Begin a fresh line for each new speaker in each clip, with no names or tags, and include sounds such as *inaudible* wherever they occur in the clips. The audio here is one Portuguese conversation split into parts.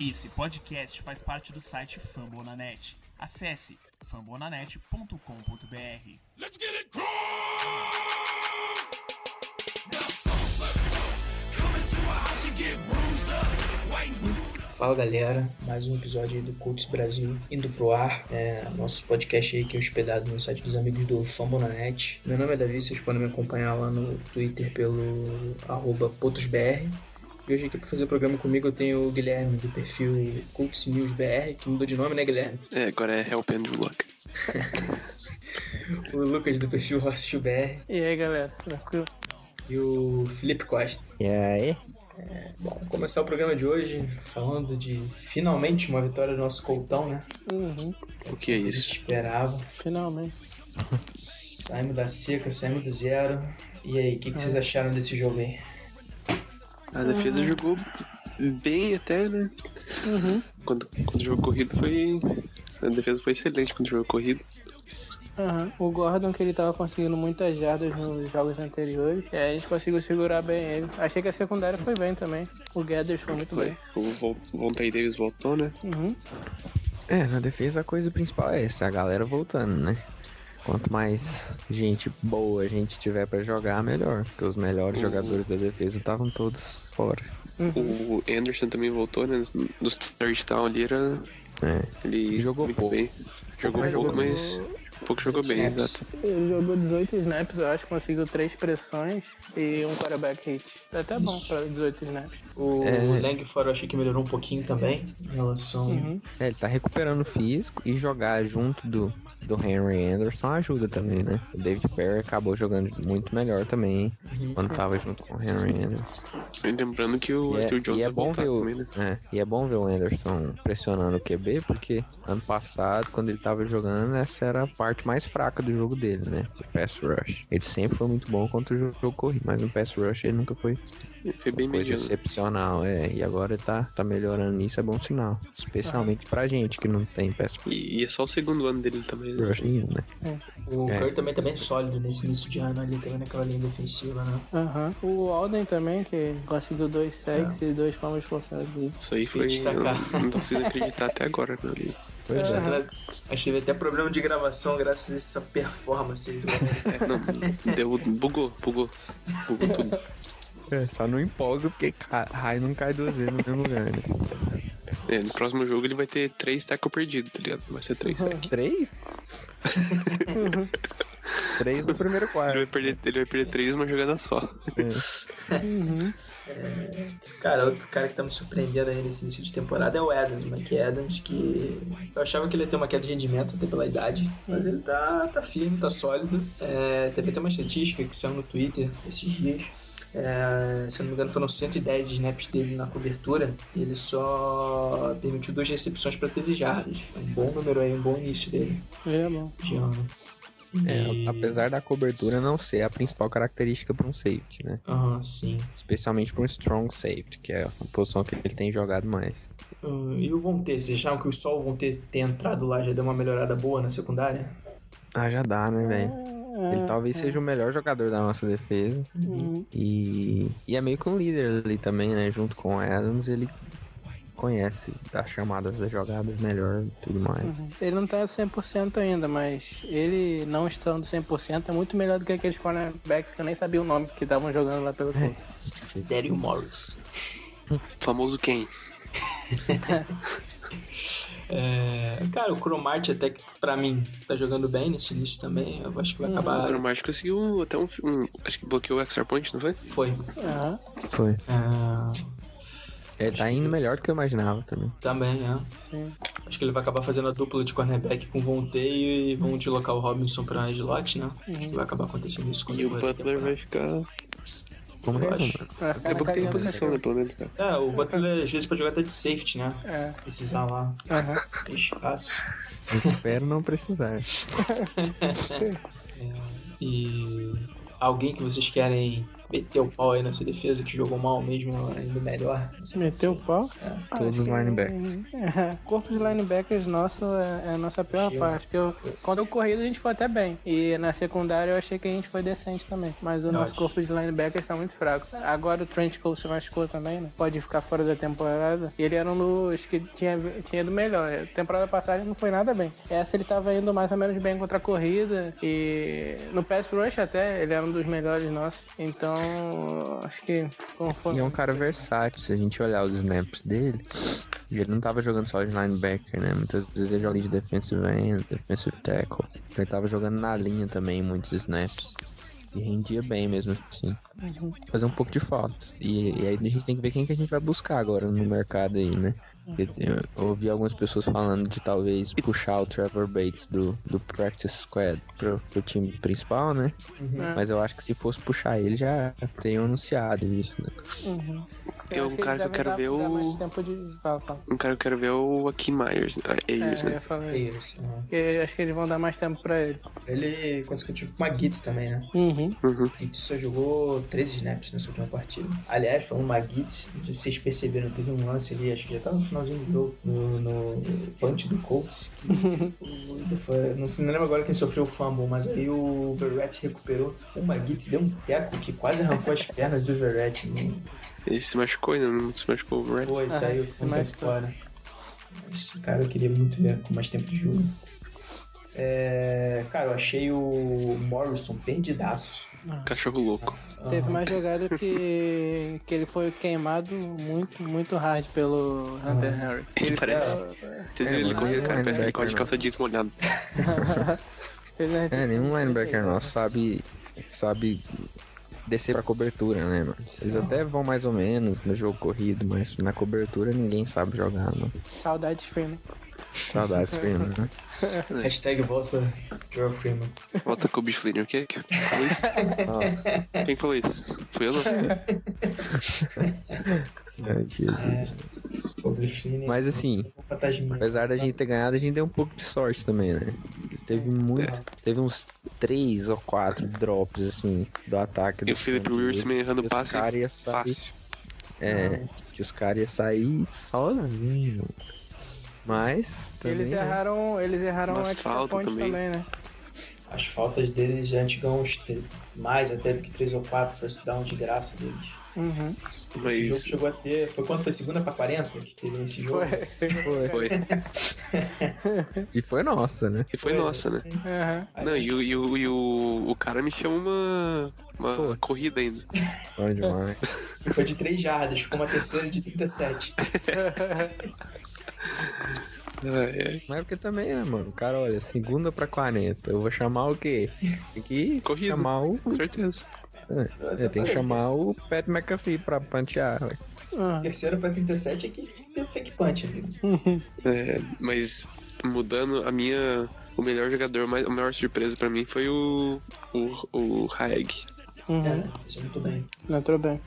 Esse podcast faz parte do site Fambonanet. Acesse fambonanet.com.br.
Let's get it crunk! Now so let's go. Coming to a house and get bruised up, white and blue.
Fala galera, mais um episódio aí do Cults Brasil indo pro ar, é, nosso podcast aí que é hospedado no site dos amigos do Fambonanet. Meu nome é Davi, vocês podem me acompanhar lá no Twitter pelo arroba potosbr. E hoje aqui pra fazer o programa comigo eu tenho o Guilherme do perfil Cults News BR, que mudou de nome né Guilherme?
É, agora é Help and Luck.
O Lucas do perfil Rossio BR
E aí, galera, tranquilo?
e o Felipe Costa. É,
E aí?
Bom, vamos começar o programa de hoje falando de finalmente uma vitória do nosso Coltão, né?
Uhum,
O que é
A
isso?
gente esperava.
finalmente.
Saímos da seca, saímos do zero. E aí, o que, que vocês acharam desse jogo aí?
A defesa jogou bem até, né?
Uhum.
Quando, quando jogou corrido foi. A defesa foi excelente quando jogou corrido.
Aham. O Gordon, que ele tava conseguindo muitas jardas nos jogos anteriores, e aí a gente conseguiu segurar bem ele. Achei que a secundária foi bem também. O Gathers foi muito bem.
O Vol- Vontae Davis voltou, né?
Uhum.
É, na defesa a coisa principal é essa, a galera voltando, né? Quanto mais gente boa a gente tiver pra jogar, melhor. Porque os melhores
Uhum.
jogadores da defesa estavam todos fora.
O Anderson também voltou, né? Nos- Nos third down ali era.
É.
Ele
Jogou
muito
pouco.
bem. Jogou
Mas
pouco,
jogou-
mas. Pouco jogou bem,
Snaps.
exato.
Ele jogou 18 snaps, eu acho, conseguiu 3 pressões e um quarterback hit. Tá até bom
Isso.
pra 18 snaps.
O
É.
Langford eu achei que melhorou um pouquinho também em relação.
Uhum.
É, ele tá recuperando o físico e jogar junto do, do Henry Anderson ajuda também, né? O David Perry acabou jogando muito melhor também quando tava junto com o Henry Anderson.
E lembrando que o
E
Arthur
é,
Jones
e é
vai
bom
voltar
ver o,
também, né?
é, e é bom ver o Anderson pressionando o QB, porque ano passado, quando ele tava jogando, essa era a parte mais fraca do jogo dele, né? O pass rush. Ele sempre foi muito bom contra o jogo corrido, mas no pass rush ele nunca foi
Foi bem
uma coisa
mediano.
excepcional, é. E agora ele tá, tá melhorando nisso, é bom sinal. Especialmente pra gente que não tem pass
E, e é só o segundo ano dele também, né?
rush nenhum, né?
O
É.
Curry também tá bem sólido nesse início de ano ali, também naquela linha defensiva, né?
Aham. O Alden também, que conseguiu 2 sacks e 2 palmas forçadas.
É.
Isso aí
Se
foi. Eu
destacar.
não não tô conseguindo acreditar até agora, né?
Pois é.
A gente teve até problema de gravação graças a essa performance aí do
É, não, deu, bugou, bugou. Bugou tudo.
É, só não empolga porque ca- raio não cai duas vezes no mesmo lugar, né?
É, no próximo jogo ele vai ter três tackle perdido, tá ligado? Vai ser três tackle.
Três? *laughs* Três no primeiro
Ele vai,
quarto.
perder, ele vai perder três uma jogada só.
Uhum.
Cara, outro cara que tá me surpreendendo aí nesse início de temporada é o Adams, o Mike Adams, que eu achava que ele ia ter uma queda de rendimento até pela idade, mas ele tá, tá firme, tá sólido. É, teve até uma estatística que saiu no Twitter esses dias. É, se eu não me engano, foram 110 snaps dele na cobertura. E ele só permitiu duas recepções para 13 jardas. Um bom número aí, um bom início dele
Ele é bom.
de ano. E-
É, apesar da cobertura não ser a principal característica para um safety, né?
Aham, sim.
Especialmente para um strong safety, que é a posição que ele tem jogado mais.
Hum, e o Von Ter, vocês acharam que o Sol Von Ter ter entrado lá já deu uma melhorada boa na secundária?
Ah, já dá, né, velho? Ele talvez seja o melhor jogador da nossa defesa.
É, Uhum.
E, e é meio que um líder ali também, né? Junto com o Adams, ele conhece as chamadas das jogadas melhor e tudo mais.
Uhum. Ele não tá 100% ainda, mas ele não estando 100% é muito melhor do que aqueles cornerbacks que eu nem sabia o nome que estavam jogando lá pelo clube.
Daryl Morris.
Famoso quem?
É, cara, o Cromart até que pra mim tá jogando bem nesse início também. Eu acho que vai
O
acabar.
Gromart conseguiu até um, um- Acho que bloqueou o extra point, não foi?
Foi.
Aham.
Foi.
Ah, É
Ele tá indo melhor do que eu imaginava também.
também, é.
Sim.
Acho que ele vai acabar fazendo a dupla de cornerback com o Vontae e
Hum.
vão deslocar o Robinson pra slot, né? Acho que vai acabar acontecendo isso. quando
E o
for a
Butler
temporada.
vai ficar.
Como
Eu
é,
acho.
mano?
Vai ficar
É bom que tem
na casinha
reposição, né? Pelo menos, cara.
É, o Butler às vezes pode jogar até de safety, né?
É.
Se Precisar lá,
do- Aham.
tem espaço.
Espero não
*laughs*
precisar.
É, E alguém que vocês querem meteu o pau aí nessa defesa que jogou mal mesmo, ainda melhor.
Meteu o pau? Ah, acho
Todos os
que-
linebackers.
É, *laughs* corpo de linebackers nosso é, é a nossa pior
Achei,
parte. Porque eu, quando eu corrido a gente foi até bem. E na secundária eu achei que a gente foi decente também. Mas o nosso
acho-
corpo de linebackers tá muito fraco. Agora o Trent Cole se machucou também, né? Pode ficar fora da temporada. E ele era um dos que tinha, tinha do melhor. A temporada passada ele não foi nada bem. Essa ele tava indo mais ou menos bem contra a corrida. E no pass rush até, ele era um dos melhores nossos. Então, acho que
E
conforme...
é um cara versátil, se a gente olhar os snaps dele, ele não tava jogando só de linebacker, né? Muitas vezes ele joga de defensive end, defensive tackle. Então Ele tava jogando na linha também, muitos snaps. E rendia bem mesmo assim. Fazer um pouco de falta. E, e aí a gente tem que ver quem que a gente vai buscar agora no mercado aí, né? Eu- Eu ouvi algumas pessoas falando de talvez puxar o Trevor Bates do, do Practice Squad pro, pro time principal, né?
É.
Mas eu acho que se fosse puxar ele já teriam anunciado isso, né?
Uhum.
Tem um
acho eles
cara que eu
devem
quero
dar-
ver
dar
o-
mais tempo de- fala, fala.
Um cara que eu quero ver é o Aki Myers, né? Ah, Ayers,
É, eu
né?
ia falar isso.
Isso, né?
Porque eu acho que eles vão dar mais tempo pra ele.
Ele conseguiu tipo uma Gitz também, né?
Uhum.
Uhum.
Gitz só jogou 13 snaps nessa última partida. Aliás, foi uma Gitz, não sei se vocês perceberam, teve um lance ali, acho que já tava no finalzinho do jogo, no, no punch do Colts, que o- foi- não se não lembro agora quem sofreu o fumble, mas aí o Verrett recuperou uma Gitz, deu um teco que quase arrancou as pernas do Verrett. né? Não
Ele se machucou ainda, não se machucou o Red.
foi,
Aham,
saiu,
se
ficou um tempo
machucou.
fora. Mas, cara, eu queria muito ver com mais tempo de jogo. É, cara, eu achei o Morrison perdidaço.
Cachorro louco.
Uhum.
Teve uma jogada que, que ele foi queimado muito, muito hard pelo Hunter
Uhum.
Henry.
Ele parece. Vocês viram
É,
ele
mas
correr,
não
cara?
é
Parece que ele corre de
linebacker,
calça jeans molhado.
Fez uma
É,
recepção
nenhum linebacker
perfeita.
nosso sabe, sabe descer pra cobertura, né, mano? Eles até vão mais ou menos no jogo corrido, mas na cobertura ninguém sabe jogar, mano.
Saudades Freeman.
Saudades, Freeman,
*laughs*
né?
Hashtag volta Joel Freeman.
Volta com o bicho Flynn, o quê? Quem falou isso?
*laughs*
Nossa,
Quem falou isso? Fui eu, não?
É,
meu Jesus.
Pobre Freeman.
Mas assim,
Fantasminha.
Apesar da gente ter ganhado, a gente deu um pouco de sorte também, né?
É.
Teve muito. Teve uns três ou quatro drops, assim, do ataque do
E o Philip
San Diego,
Rivers também errando
que os
passe
caras iam sair-
Fácil.
É, que os caras iam sair sozinho. Mas. Também,
Eles
né?
erraram, eles erraram
Nossa,
extra
falta
points
também.
também, né?
As faltas deles já antigam uns tre- mais até do que 3 ou 4 first down de graça deles.
Uhum.
Esse jogo
Mas.
chegou a ter. Foi quando? Foi segunda pra 40 que teve nesse jogo?
Foi.
Foi.
Foi.
E foi nossa, né?
E foi nossa, né?
Aham.
Não, e, o- e, o- e o, o cara me chama uma,
Pô.
uma corrida ainda.
Bom demais.
Foi de 3 jardas, ficou uma terceira de 37.
Mas é porque também, né, mano? O cara, olha, segunda pra 40. Eu vou chamar o quê? Tem que
Corrida.
chamar o.
Com certeza.
Eu tenho que chamar o Pat McAfee pra pantear. ué.
Aham.
Terceira pra 37 é que teve fake punch, amigo.
É, mas mudando a minha. O melhor jogador, mais- a maior surpresa pra mim foi o. O, o Hayek.
Uhum.
Cara, É, né? fez muito bem.
É.
Não entrou bem.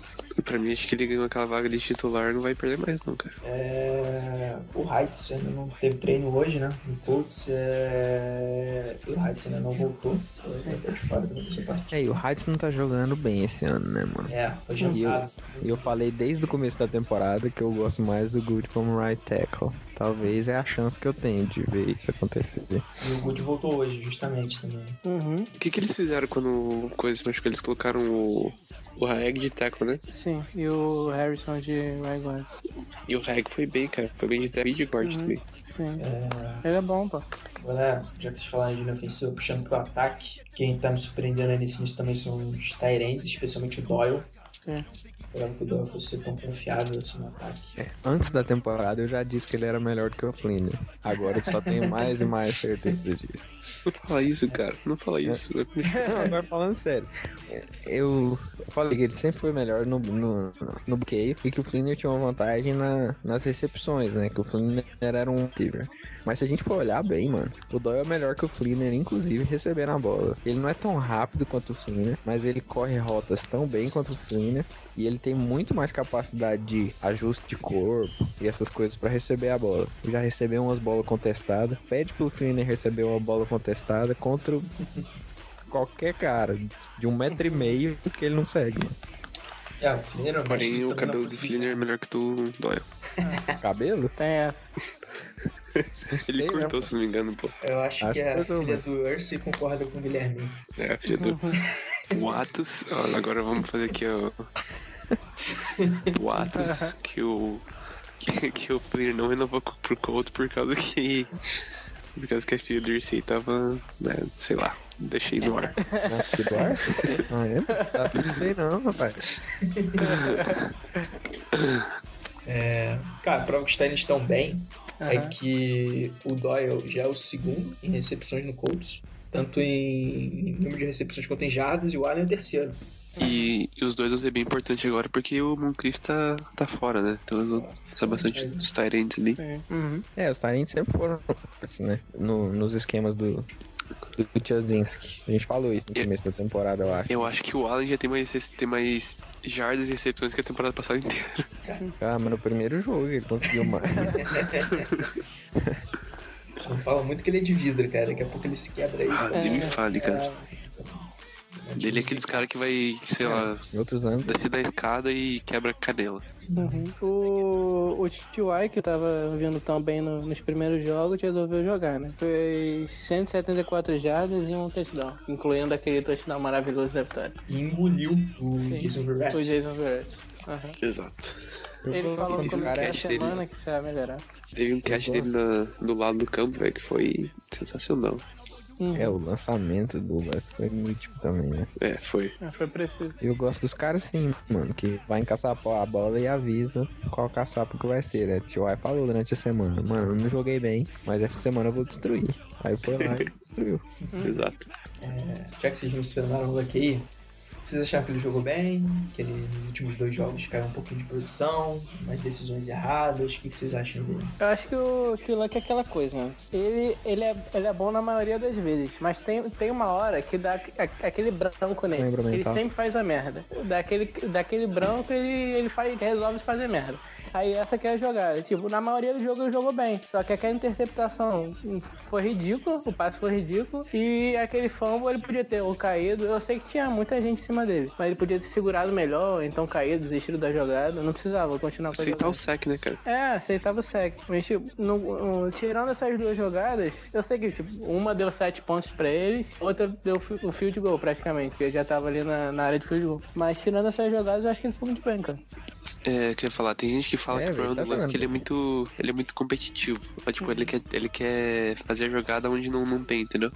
Pra mim, acho que ele ganhou aquela vaga de titular não vai perder mais, não, cara.
É, o Heights ainda não teve treino hoje, né? No Colts. É... O Heights ainda não voltou. Ele ficou de fora também dessa partida.
É, e o Heights não tá jogando bem esse ano, né, mano?
É, foi jantado.
E eu falei desde o começo da temporada que eu gosto mais do Good como right tackle. Talvez é a chance que eu tenho de ver isso acontecer.
E o Good voltou hoje, justamente também.
Uhum.
O que, que eles fizeram quando o coisa se machucou? Eles colocaram o, o Hayek de tackle, né?
Sim. E o Harrison de right guard.
E o Hayek foi bem, cara. Foi bem de assim. tackle e de guard também.
Sim.
É,
Ele é bom, pô.
Agora, já que vocês falaram de linha ofensiva, puxando pro ataque, quem tá me surpreendendo aí nesse início também são os Tyrants, especialmente o Doyle.
Sim.
Esperava que o Doyle fosse ser tão confiável assim no ataque.
É, Antes da temporada eu já disse que ele era melhor do que o Flynn. né? Agora eu só tenho mais e mais certeza disso.
Não fala isso, cara. Não fala isso.
Não, agora falando sério. Eu falei que ele sempre foi melhor no, no, no bloqueio e que o Flynn tinha uma vantagem na- nas recepções, né? Que o Flynn era um receiver. Mas se a gente for olhar bem, mano, o Doyle é melhor que o Flinner, inclusive recebendo a bola. Ele não é tão rápido quanto o Flinner, mas ele corre rotas tão bem quanto o Flinner. E ele tem muito mais capacidade de ajuste de corpo e essas coisas pra receber a bola. Já recebeu umas bolas contestadas. Pede pro Flinner receber uma bola contestada contra o- qualquer cara de um metro e meio que ele não segue, mano.
É, o Flinner eu
Porém,
acho
o
também
cabelo
não
do
consigo.
Flinner é melhor que do Doyle.
Cabelo?
Tem essa.
Ele
Sei, né?
cortou, se não me engano, pô.
Eu acho,
Acho
que é a
que eu tô,
filha
mas-
do Ursi concorda com o Guilherme.
É, a filha do. O Atos. Olha, agora vamos fazer aqui, ó. O Atos que o. Que, que o Flinner não renovou co- pro Colt por causa que. Por causa que a filha do Irsay tava. Né, sei lá, deixei no ar.
Na Fidor? Ah, é? Sabe disso aí não, rapaz.
É, cara, a prova que os Titans estão bem é
Aham.
que o Doyle já é o segundo em recepções no Colts, tanto em número de recepções quanto em jardas, e o Allen é o
*laughs*
terceiro.
E, e os dois vão ser bem importantes agora porque o Moncrief tá, tá fora, né? Então eles vão precisar bastante dos dos tight ends ali.
Sim. Uhum.
É, os Tarentes sempre foram fortes, né? No- nos esquemas do, do Tchazinski. A gente falou isso no
Eu-
começo da temporada, eu acho.
Eu acho que o Allen já tem mais, tem mais jardas e recepções que a temporada passada inteira.
Ah, mas no primeiro jogo ele conseguiu mais.
Não fala muito que ele é de vidro, cara. Daqui a pouco ele se quebra aí. É,
Ah, nem me fale, cara. Ele é
que
aqueles caras que vai, sei lá,
Em outros anos,
desce da escada e quebra a canela.
Uhum. O, o T.Y., que tava vindo tão bem no- nos primeiros jogos, resolveu jogar, né? Fez 174 jardas e um touchdown, incluindo aquele touchdown maravilhoso da vitória.
E engoliu o Jason Verrett.
O Jason Verrett. Aham.
Exato.
Ele falou
Teve
comigo
um
essa
cast dele,
semana que já ia melhorar.
Teve um catch dele na- do lado do campo, velho, que foi sensacional.
Uhum.
É, o lançamento do Lula foi mítico também, né?
É, foi.
Ah, Foi preciso.
Eu gosto dos caras sim, mano, que vai encaçar a bola e avisa qual caçapo que vai ser, né? Tio Ai falou durante a semana, mano, eu não joguei bem, mas essa semana eu vou destruir. Aí foi lá e destruiu.
Exato.
É, Já que vocês mencionaram o Luck aí, vocês acharam que ele jogou bem? Que ele nos últimos dois jogos caiu um pouquinho de produção, umas decisões erradas? O que que vocês acham dele?
Eu acho que o, que o Luck é aquela coisa, né? Ele, ele, é, ele é bom na maioria das vezes, mas tem, tem uma hora que dá a- aquele branco nele.
Lembra
Ele
mental.
sempre faz a merda. Daquele, daquele branco, ele, ele faz, resolve fazer merda. Aí essa que é a jogada. Tipo, na maioria do jogo ele jogou bem. Só que aquela interceptação foi ridícula, o passe foi ridículo. E aquele fumble ele podia ter ou caído. Eu sei que tinha muita gente em cima dele. Mas ele podia ter segurado melhor, ou então caído, desistido da jogada. Não precisava continuar com a
Aceitar
jogada.
o sec, né, cara?
É, aceitava o sec. Mas, tipo, no- no- tirando essas duas jogadas, eu sei que, tipo, uma deu sete pontos pra eles, outra deu fi- o field goal, praticamente, porque eu já tava ali na, na área de field goal. Mas tirando essas jogadas, eu acho que ele foi muito bem, cara.
É, queria falar, tem gente que fala
É,
que o
velho,
problema
tá Uhum.
do Luck é que
vendo?
ele é muito. Ele é muito competitivo. Mas, tipo, ele quer, ele quer fazer a jogada onde não, não tem, entendeu?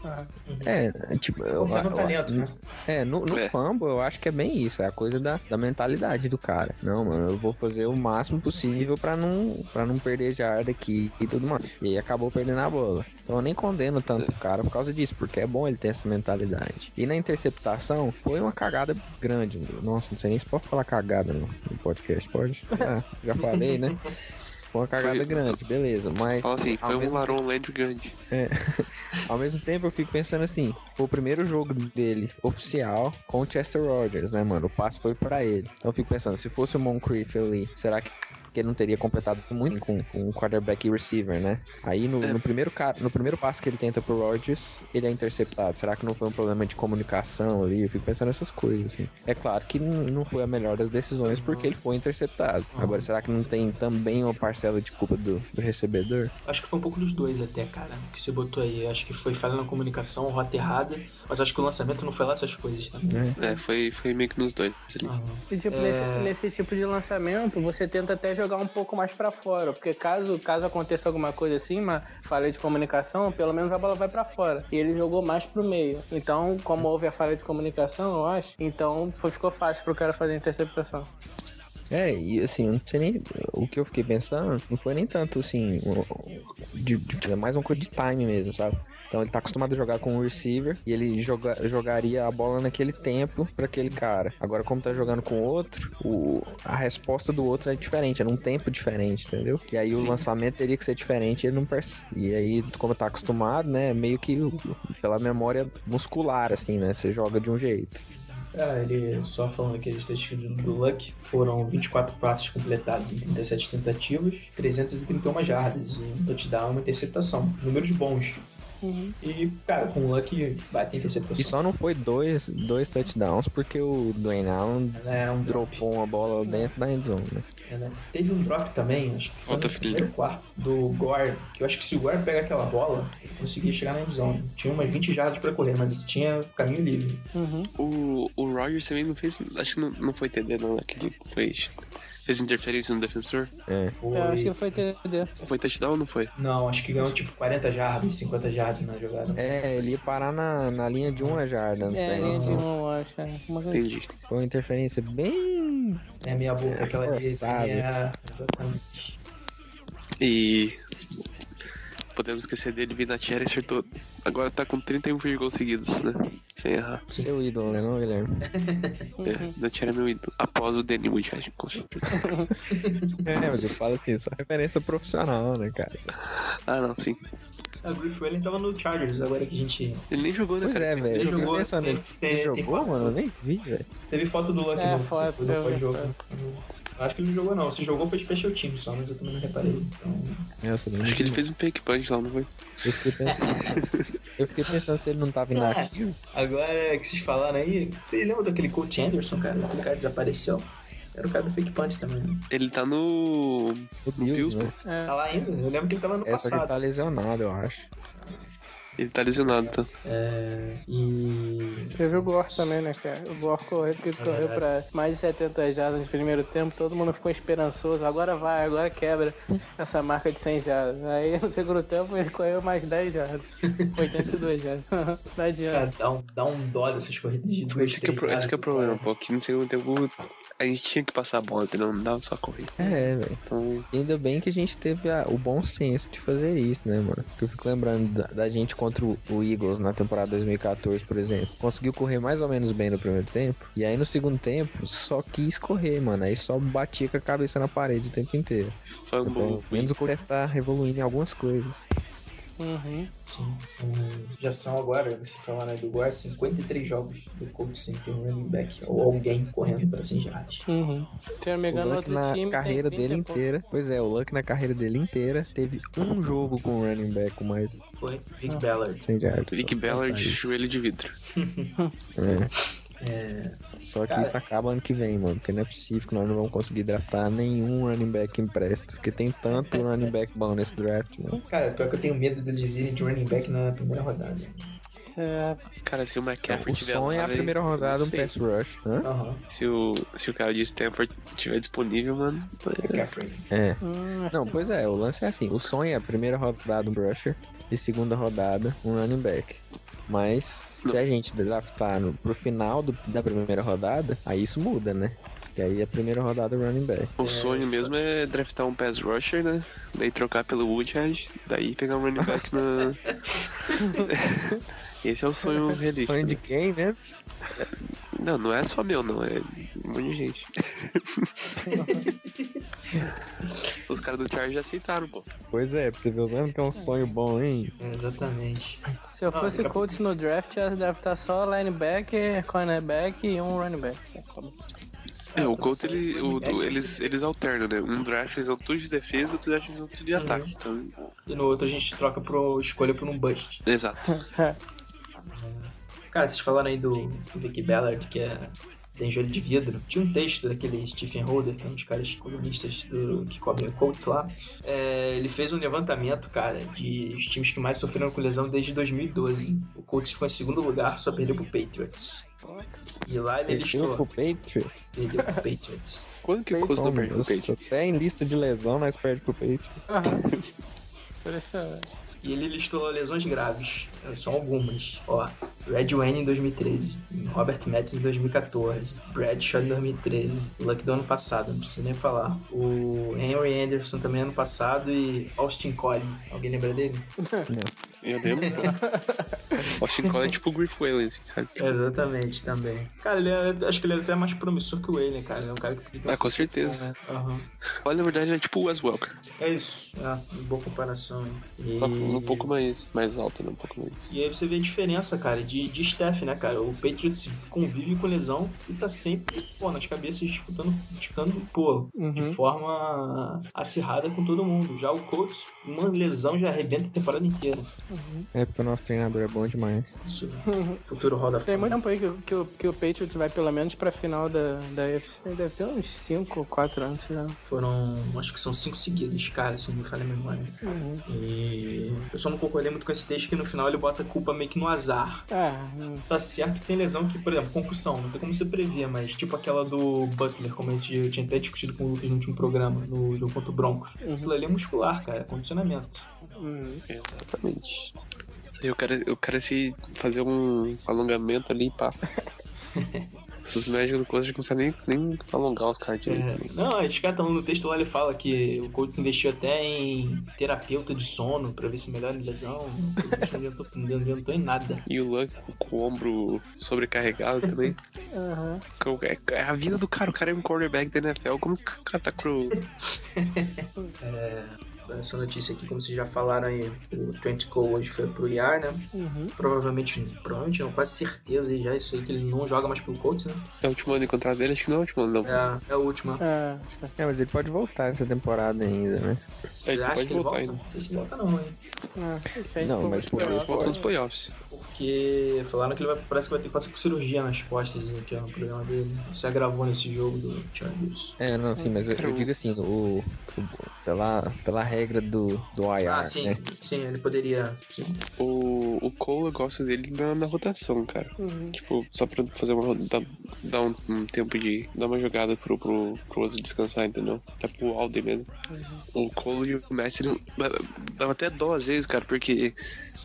É, é, tipo, eu,
Confiar no
eu-
talento, né?
É, no, no
É.
fumble eu acho que é bem isso, é a coisa da, da mentalidade do cara. Não, mano, eu vou fazer o máximo possível pra não para não perder jarda aqui e tudo mais. E aí acabou perdendo a bola. Então eu nem condeno tanto o cara por causa disso, porque é bom ele ter essa mentalidade. E na interceptação foi uma cagada grande. meu. Nossa, não sei nem se pode falar cagada no, no
*laughs*
podcast, pode? Ah, já falei, né? Foi uma cagada
Foi-
grande, beleza, mas
Fala assim,
ao
foi um
mesmo
Laron Land grande.
ao mesmo tempo, eu fico pensando assim: foi o primeiro jogo dele oficial com o Chester Rogers, né, mano? O passe foi pra ele. Então eu fico pensando: se fosse o Moncrief ali, será que. que ele não teria completado muito com, com um quarterback e receiver, né? Aí no, no primeiro cara, no primeiro passo que ele tenta pro Rogers, ele é interceptado. Será que não foi um problema de comunicação ali? Eu fico pensando nessas coisas, assim. É claro que n- não foi a melhor das decisões porque ele foi interceptado. Agora, será que não tem também uma parcela de culpa do, do recebedor?
Acho que foi um pouco dos dois até, cara, que você botou aí. Acho que foi falha na comunicação, rota errada, mas acho que o lançamento não foi lá essas coisas né?
Né?
Ah, também.
É, foi, foi meio que nos dois. ali.
E, tipo, nesse, nesse tipo de lançamento, você tenta até jogar um pouco mais pra fora, porque caso, caso aconteça alguma coisa assim, uma falha de comunicação, pelo menos a bola vai pra fora. E ele jogou mais pro meio. Então, como houve a falha de comunicação, eu acho, então foi- ficou fácil pro cara fazer a interceptação.
É, e assim, eu não sei nem. O que eu fiquei pensando não foi nem tanto assim. o- De, de- é mais uma coisa de time mesmo, sabe? Então ele tá acostumado a jogar com o receiver e ele joga, jogaria a bola naquele tempo pra aquele cara. Agora, como tá jogando com outro, o, a resposta do outro é diferente, é num tempo diferente, entendeu? E aí o lançamento teria que ser diferente e ele não percebe. E aí, como tá acostumado, né? Meio que pela memória muscular, assim, né? Você joga de um jeito.
Ah, ele, só falando aqui as estatísticas do Luck, foram 24 passes completados em um 37 tentativas, 331 jardas e um touchdown e uma interceptação. Números bons. E, cara, com o Luck bate interceptação.
E só não foi dois, dois touchdowns porque o Dwayne Allen
É, um drop.
dropou uma bola dentro da endzone, né?
É, né? Teve um drop também, acho que foi
Outra
no
filha.
primeiro quarto, do Gore, que eu acho que se o Gore pegar aquela bola, ele conseguia chegar na endzone. Tinha umas 20 jardas pra correr, mas tinha caminho livre.
Uhum.
O, o Rogers também não fez. Acho que não, não foi TD, não. Aquele foi, fez interferência no defensor.
É.
Foi...
Eu acho que foi TD.
Foi touchdown ou não foi?
Não, acho que ganhou tipo 40 jardas, 50 jardas na jogada.
É, ele ia parar na, na linha de uma jarda antes da
É, linha de
endzone.
um, eu acho. é. Uma coisa assim.
Entendi.
Foi uma interferência bem.
É a minha boca, aquela ali.
forçado.
É, exatamente.
E. Podemos esquecer dele, Vinatieri acertou. Agora tá com 31 field goals seguidos, né? Sem errar.
Seu ídolo, né, não, Guilherme?
É,
Uhum.
Vinatieri é meu ídolo. Após o Danny Woodhead, com certeza.
É, mas eu falo assim, só referência profissional, né, cara?
Ah, não, sim.
A Griff Whalen tava no Chargers, agora que a gente.
Ele nem jogou, né,
Pois
cara?
é, velho. Eu
jogou,
fiquei pensando,
tem-
ele
tem- tem
jogou,
foto.
mano? Eu nem vi, velho.
Teve foto do Luck
É,
no,
foi,
no
eu vi,
pós-jogo. Eu Acho que ele não jogou, não. Se jogou foi special team só, mas eu também não reparei. Então,
É, eu também
Acho que ele
vi.
fez um fake punch lá, não foi?
Eu fiquei pensando, eu fiquei pensando se ele não tava inativo.
agora é que vocês falaram aí, vocês lembram daquele Coach Anderson, cara? Aquele cara desapareceu. Era o cara do fake punch também. né?
Ele tá no.
O Bills,
Bills,
né?
É.
Tá lá ainda? Eu lembro que ele tava no
É, só que ele
passado.
tá lesionado, eu acho.
Ele tá lesionado, tá?
É, e.
Teve o Gore também, né, cara? O Gore correu porque ele correu pra mais de 70 jardas no primeiro tempo, todo mundo ficou esperançoso, agora vai, agora quebra essa marca de 100 jardas. Aí no segundo tempo ele correu mais 10 jardas, 82 jardas. *laughs* Não
Cara,
adianta.
dá um, dá um dó dessas corridas de dois,
Esse que é, o
três
pro- esse
jardas
que é o
do
problema,
cara. tá,
pô. Que no segundo tempo a gente tinha que passar a bola, entendeu? Não dava só correr.
É, velho.
Então,
Ainda bem que a gente teve a- o bom senso de fazer isso, né, mano? Porque eu fico lembrando da, da gente contra o o Eagles na temporada 2014, por exemplo. Conseguiu correr mais ou menos bem no primeiro tempo. E aí no segundo tempo, só quis correr, mano. Aí só batia com a cabeça na parede o tempo inteiro. Então,
fumble.
pelo menos o Colher tá evoluindo em algumas coisas.
Uhum.
Sim. Hum, já são agora, você falar né, do Guard, 53 jogos do Colts sem ter um running back ou alguém correndo pra 100 jardas.
Uhum. Se eu não me
O
engano,
Luck
outro
na
time. tem
carreira
30
dele
e pouco.
inteira. Pois é, o Luck na carreira dele inteira teve um jogo com running back com mais
Foi
Ah,
Vic Ballard.
100 yards.
Nick
tá
Ballard, joelho de vidro.
É.
É,
Só que
Cara.
isso acaba ano que vem, mano. Porque não é possível que nós não vamos conseguir draftar nenhum running back em empresto. Porque tem *laughs* tanto running back bom nesse draft, mano.
cara, pior que eu tenho medo deles irem de running back na primeira rodada.
É,
Cara, se o McCaffrey
O
tiver
sonho é a
lá, velho,
primeira
eu não
rodada um
sei.
pass rush. Hã?
Aham.
Se o, se o cara de Stanford tiver disponível, mano. é-
McCaffrey.
É.
hum,
*laughs* Não, pois é, o lance é assim. O sonho é a primeira rodada um rusher e segunda rodada um running back. Mas se a gente draftar no, pro final do- da primeira rodada, aí isso muda, né? Que aí a primeira rodada é running back.
O sonho mesmo é draftar um pass rusher, né? Daí trocar pelo Woodhead, daí pegar um running back na.
*laughs*
*laughs* Esse é o sonho realista.
sonho de quem, né?
Não, não é só meu, não. É um monte de gente. *laughs* Os caras do Charge aceitaram, pô.
Pois é, pra você ver o tanto que é um sonho bom, hein?
Exatamente.
se eu
Não,
fosse
daqui a
coach no draft, eu deve estar só linebacker, cornerback e um running back.
É, o Colt, ele, o- do- eles, eles alternam, né? Um draft eles vão tudo de defesa, outro draft eles vão tudo de ataque. Então,
E no outro a gente troca pro escolha por um bust.
exato.
Cara, vocês falaram aí do, do Vic Ballard, que é tem joelho de vidro. Tinha um texto daquele Stephen Holder, que é um dos caras colunistas do, que cobre o Colts lá. É, ele fez um levantamento, cara, de os times que mais sofreram com lesão desde 2012. O Colts ficou em segundo lugar, só perdeu pro Patriots. E lá ele
Ele chegou pro
listou.
Patriots.
Perdeu pro Patriots.
Quando que o Colt não
Como,
perdeu o
nossa,
peito?
Até em lista de lesão nós perde pro Patriots.
Impressionante.
E ele listou lesões graves. É, São algumas. Ó, Red Wayne em 2013, Robert Metz em 2014, Bradshaw em 2013, Luck do ano passado, não preciso nem falar. O Henry Anderson também ano passado e Austin Collie. Alguém lembra dele?
Eu lembro, pô. Austin Cole é tipo o Griff Whalen, assim, sabe?
É, Exatamente, também. Cara, ele era- acho que ele era até mais promissor que o Wayne, cara. Ele é um cara que...
Ah, com certeza.
Aham.
Olha, na verdade, ele é tipo o Wes Welker.
É isso. É, boa comparação. hein? E...
Só que um pouco mais, mais alto, né? Um pouco mais.
E aí você vê a diferença, cara, de, de staff, né, cara? O Patriots convive com lesão e tá sempre, pô, nas cabeças disputando, disputando pô, de
Uhum.
forma acirrada com todo mundo. Já o Colts, uma lesão já arrebenta a temporada inteira.
É porque o nosso treinador é bom demais.
Isso. Futuro Hall da
Uhum. Tem muito
Fama.
tempo aí que, o- que, o- que o Patriots vai pelo menos pra final da, da UFC. Deve ter uns 5 ou 4 anos, sei lá.
Foram, acho que são cinco seguidas, cara, se não me falha a memória.
Uhum.
E eu só não concordei muito com esse texto que no final ele bota a culpa meio que no azar.
Ah, hum.
Tá certo que tem lesão que, por exemplo, concussão, não tem como você prever, mas tipo aquela do Butler, como a gente, eu tinha até discutido com o Lucas no último programa, no jogo contra o Broncos. Aquilo ali é muscular, cara, é condicionamento.
hum.
Exatamente. Isso aí, o cara, o cara se fazer um alongamento ali, pá. Se os médicos não conseguem começar nem, nem alongar os caras direito.
É. Não, esse cara tá no texto lá, ele fala que o Colts investiu até em terapeuta de sono pra ver se melhora a lesão. O bicho Não adiantou, não adiantou em nada.
E o Luck com o ombro sobrecarregado também.
Aham.
Co- É é a vida do cara, o cara é um quarterback da NFL. Como que o cara tá cru?
Agora, Essa notícia aqui, como vocês já falaram aí, o Trent Cole hoje foi pro IAR, né?
Uhum.
Provavelmente, provavelmente não, quase certeza aí já isso aí que ele não joga mais pelo Colts, né?
É o último ano de contrato dele? Acho que não é o último ano, não.
É, é a última.
Ah, acho que-
É, mas ele pode voltar essa temporada ainda, né?
Você
É, ele
acha
pode
que ele
voltar
volta?
ainda.
Não sei se volta não, hein?
ah, isso aí
Não,
ficou
mas
muito
por
pior.
Eles voltam nos
pode.
playoffs.
Porque falaram que ele vai, parece que vai ter que passar por cirurgia nas costas, né, que é um problema dele. Se agravou nesse jogo do Chargers.
É, não, sim, mas eu, eu digo assim, o, o- pela, pela regra do, do IR,
Ah, sim,
né?
sim, ele poderia. Sim.
O, o Cole, eu gosto dele na, na rotação, cara. Tipo, só pra fazer uma. ro- dar, dar um, um tempo de. dar uma jogada pro, pro, pro outro descansar, entendeu? Até pro Alden mesmo. O Cole e o Messi ele- dava até dó às vezes, cara, porque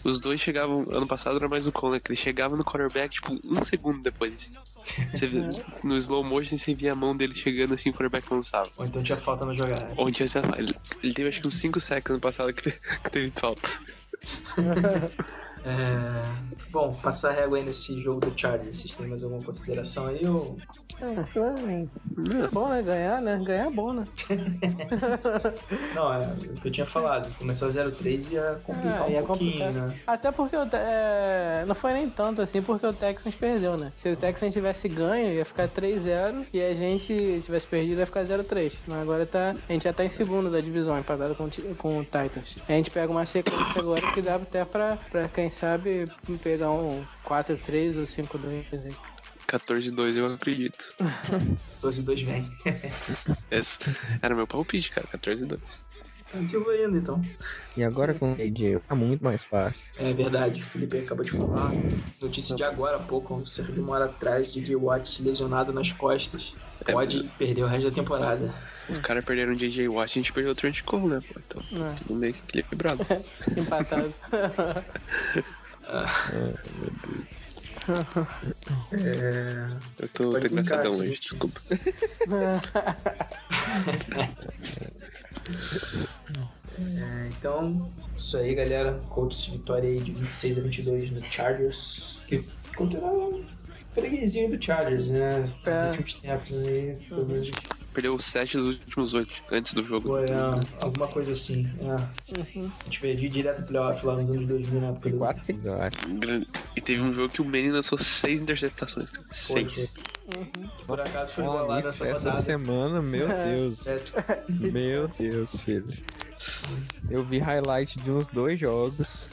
os dois chegavam. ano passado era mais o Cole, né? Que ele chegava no quarterback, tipo, um segundo depois. assim. Você vê- no slow motion você via a mão dele chegando assim, o quarterback lançava.
Ou então tinha falta na jogada.
Onde tinha essa- ele, ele teve acho que uns 5 sacks ano passado que, *laughs* te- que teve falta.
É, Bom, passar a régua aí nesse jogo do Chargers. Vocês têm mais alguma consideração aí? Ou...
Ah, isso é- é bom, né? Ganhar, né? Ganhar é bom, né?
Não, é o que eu tinha falado. Começar 0-3 ia complicar
Ah,
um
ia
pouquinho,
complicar.
né?
Até porque o Te- é, não foi nem tanto assim, porque o Texans perdeu, né? Se o Texans tivesse ganho, ia ficar 3-0 e a gente tivesse perdido, ia ficar 0-3. Mas agora tá, a gente já tá em segundo da divisão, empatado com, o Ti- com o Titans. A gente pega uma sequência agora que dá até pra, pra quem sabe, pegar um 4-3 ou 5-2. aí.
14-2, eu acredito.
12-2 vem. *laughs*
Esse era meu palpite, cara. 14-2.
Tranquilo ainda, então.
E agora com o AJ tá muito mais fácil.
É verdade, o Felipe acabou de falar. Notícia de agora há pouco, um cerca de uma hora atrás, DJ Watts lesionado nas costas.
É,
Pode perder o resto da temporada.
Os caras perderam o DJ Watt, a gente perdeu o Trent Cole, né? Pô, então,
É.
tudo meio
*laughs*
que equilibrado.
Empatado. *laughs*
É,
Eu tô,
Pode
tô
brincar,
engraçadão
sim.
hoje, desculpa.
É, então, isso aí, galera. Colts vitória aí de 26 a 22 no Chargers. Que continua um freguesinho do Chargers, né?
É.
Nos últimos tempos aí, pelo menos
Perdeu os 7 dos últimos 8 antes do jogo.
foi é, alguma coisa assim. É. A gente perdia direto pro playoff lá nos anos né? 2000, na época
Tem
do-
4 6 eu acho.
Grande- E teve um jogo que o Manning lançou 6 interceptações, cara.
Foi,
6.
foi. Que Por acaso foi
Falando
igualado
isso,
essa
essa
rodada.
semana, meu Deus.
É,
Meu Deus, filho. Eu vi highlight de uns dois jogos.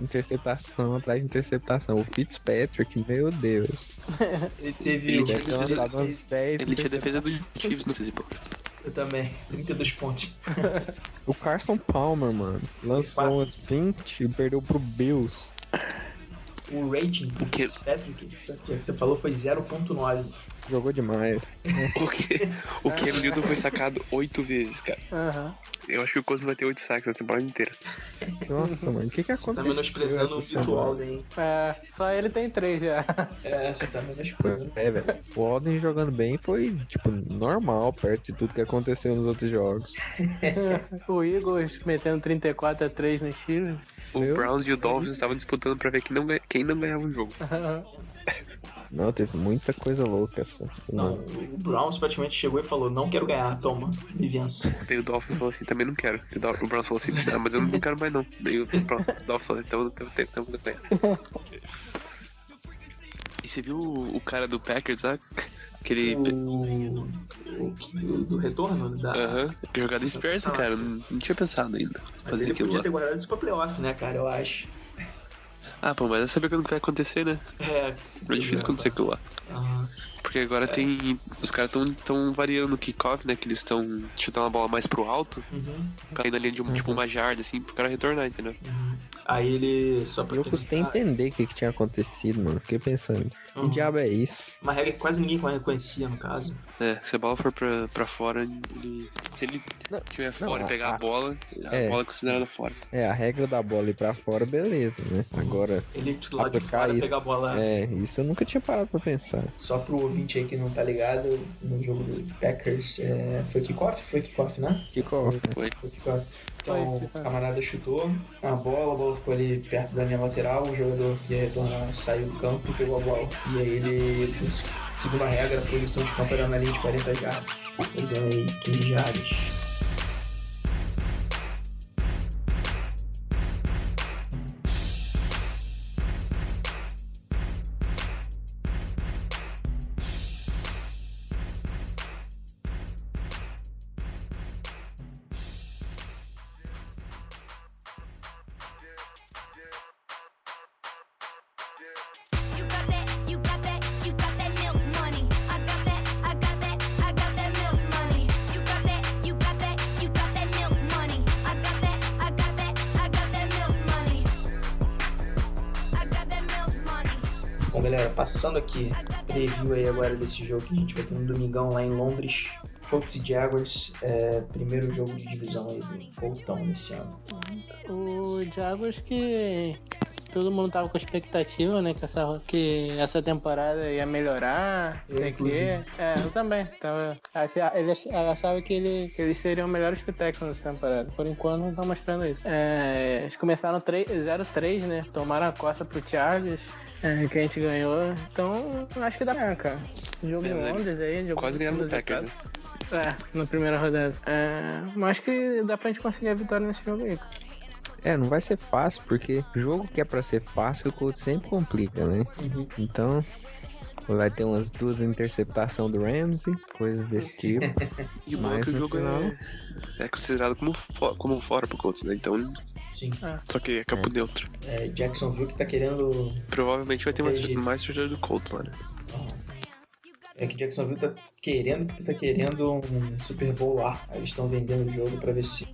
Interceptação atrás de interceptação. O Fitzpatrick, meu Deus.
Ele teve
Ele
o
Deve ter lançado umas
fez-
10.
Ele tinha defesa do Chiefs no Facebook.
*laughs* Eu também, 32 pontos.
O Carson Palmer, mano,
Quatro.
lançou umas 20 e perdeu pro Bills.
O rating do
quê?
Fitzpatrick, isso aqui que você falou, foi 0.9.
Jogou demais.
O, que, o Cam Newton foi sacado 8 vezes, cara.
Aham.
Eu acho que o Cousins vai ter 8 sacks na temporada inteira.
Nossa, mano, o é que que
Você
aconteceu?
tá menosprezando o
essa
Vito
semana?
Alden, hein?
É, só ele tem 3
*laughs*
já.
É, você tá menosprezando.
É, velho. O Alden jogando bem foi, tipo, normal perto de tudo que aconteceu nos outros jogos.
O Eagles metendo 34 a 3 no Chile. *laughs*
O
Meu
Browns e o Dolphins estavam disputando pra ver quem não, ganha- quem não ganhava o jogo.
Não, teve muita coisa louca assim, essa
Não,
semana.
o Browns praticamente chegou e falou: Não quero ganhar, toma, me vença.
Daí o Dolphins falou assim, também não quero. Daí o Dol- o Browns falou assim, ah, mas eu não quero mais não. Daí o Browns- o Dolphins falou assim, então eu tenho tempo de ganhar. E você viu o o cara do Packers lá? Aquele.
O, o, que- o do retorno da.
Aham, jogada esperta,
Sensacional.
cara. Não, não tinha pensado ainda.
Mas
Fazer
ele
aquilo
podia
lá.
ter guardado isso pra playoff, né, cara? Eu acho.
Ah, pô, mas eu sabia que não vai acontecer, né?
É.
É difícil acontecer aquilo lá.
tá, Aham.
Porque agora tem. Os caras estão tão variando o kickoff, né? Que eles estão chutando uma bola mais pro alto,
Uhum.
caindo na linha de um- tipo uma jarda, assim, pro cara retornar, entendeu?
Aí ele. Só pra
E eu
quem-
custei a entender o que, que tinha acontecido, mano. Fiquei pensando,
Ah,
que diabo é isso?
Uma regra que quase ninguém conhecia, no caso.
É, se a bola for pra, pra fora, ele. Se ele
Não,
tiver fora e
não, ah.
pegar a
a-
bola, a
é.
bola é considerada fora.
É, a regra da bola ir pra fora, beleza, né? Agora,
Ele do lado de
aplicar
fora,
isso.
pegar a bola.
É, isso eu nunca tinha parado pra pensar.
Só pro ouvinte aí que não tá ligado, no jogo do Packers é, foi kickoff? Foi kickoff, né?
Que coloca.
Foi kickoff. Então
Foi,
o
foi.
camarada chutou a bola, a bola ficou ali perto da linha lateral, o jogador que ia retornar saiu do campo e pegou a bola. E aí ele, segundo a regra, a posição de campo era na linha de 40 jardas. Eu ganhei 15 jardas.
You got that, you got that, you got that milk money. I got that, I got that, I got that milk money. You got that, you got that, you got that milk money. I got that, I got that, I got that milk money. I got that milk money.
Bom, galera, passando aqui, preview aí agora desse jogo que a gente vai ter no domingão lá em Londres. Colts e Jaguars, é, primeiro jogo de divisão aí do Coltão nesse ano.
O Jaguars que todo mundo tava com expectativa, né? Que essa, que essa temporada ia melhorar.
Eu,
sei o
inclusive.
quê. É, eu também. Tava, achava, ele ach- eu achava que, ele, que eles seriam melhores que o Texans nessa temporada. Por enquanto não tá mostrando isso. É, eles começaram 3 0-3, né? Tomaram a costa pro Chargers. é, que a gente ganhou. Então, acho que dá pra ganhar, cara. Jogo em
Menos eles.
Londres aí. jogo
Quase ganhando do
resultado.
Packers, né?
É, na primeira rodada. É, mas acho que dá pra gente conseguir a vitória nesse jogo aí. cara.
É, não vai ser fácil, porque jogo que é pra ser fácil, o Colts sempre complica, né? Então, vai ter umas duas interceptações do Ramsey, coisas desse tipo.
E o
Mas
bom é que o
no
jogo é, é considerado como, fo- como fora pro Colts, né? Então,
Sim,
só que é campo neutro.
é, Jacksonville que tá querendo
Provavelmente vai ter
É
mais,
Entendi.
mais torcedor do Colts lá, né?
É que Jacksonville tá querendo, tá querendo um Super Bowl lá. Aí eles estão vendendo o jogo pra ver se.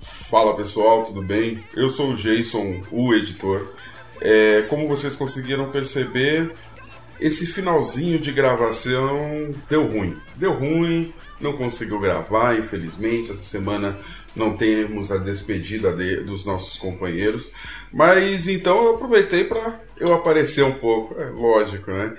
Fala pessoal, tudo bem? Eu sou o Jason, o editor. É, como vocês conseguiram perceber, esse finalzinho de gravação deu ruim. Deu ruim, não conseguiu gravar, infelizmente. Essa semana não temos a despedida de- dos nossos companheiros. Mas então eu aproveitei para eu aparecer um pouco, é lógico, né?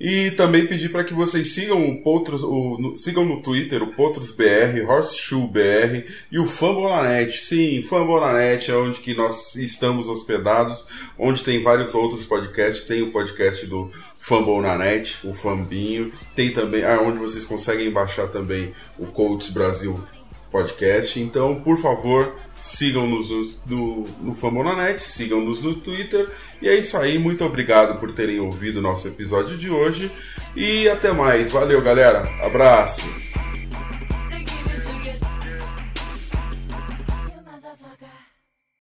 E também pedi para que vocês sigam o Potros, o- no, sigam no Twitter o PotrosBR, HorseshoeBR e o Fambolanet. Sim, Fambolanet é onde que nós estamos hospedados, onde tem vários outros podcasts. Tem o podcast do Fumble na Net, o Fambinho. Tem também, ah, onde vocês conseguem baixar também o Colts Brasil podcast. Então, por favor, sigam-nos no, no Famonanet, sigam-nos no Twitter. E é isso aí, muito obrigado por terem ouvido o nosso episódio de hoje. E até mais. Valeu, galera. Abraço.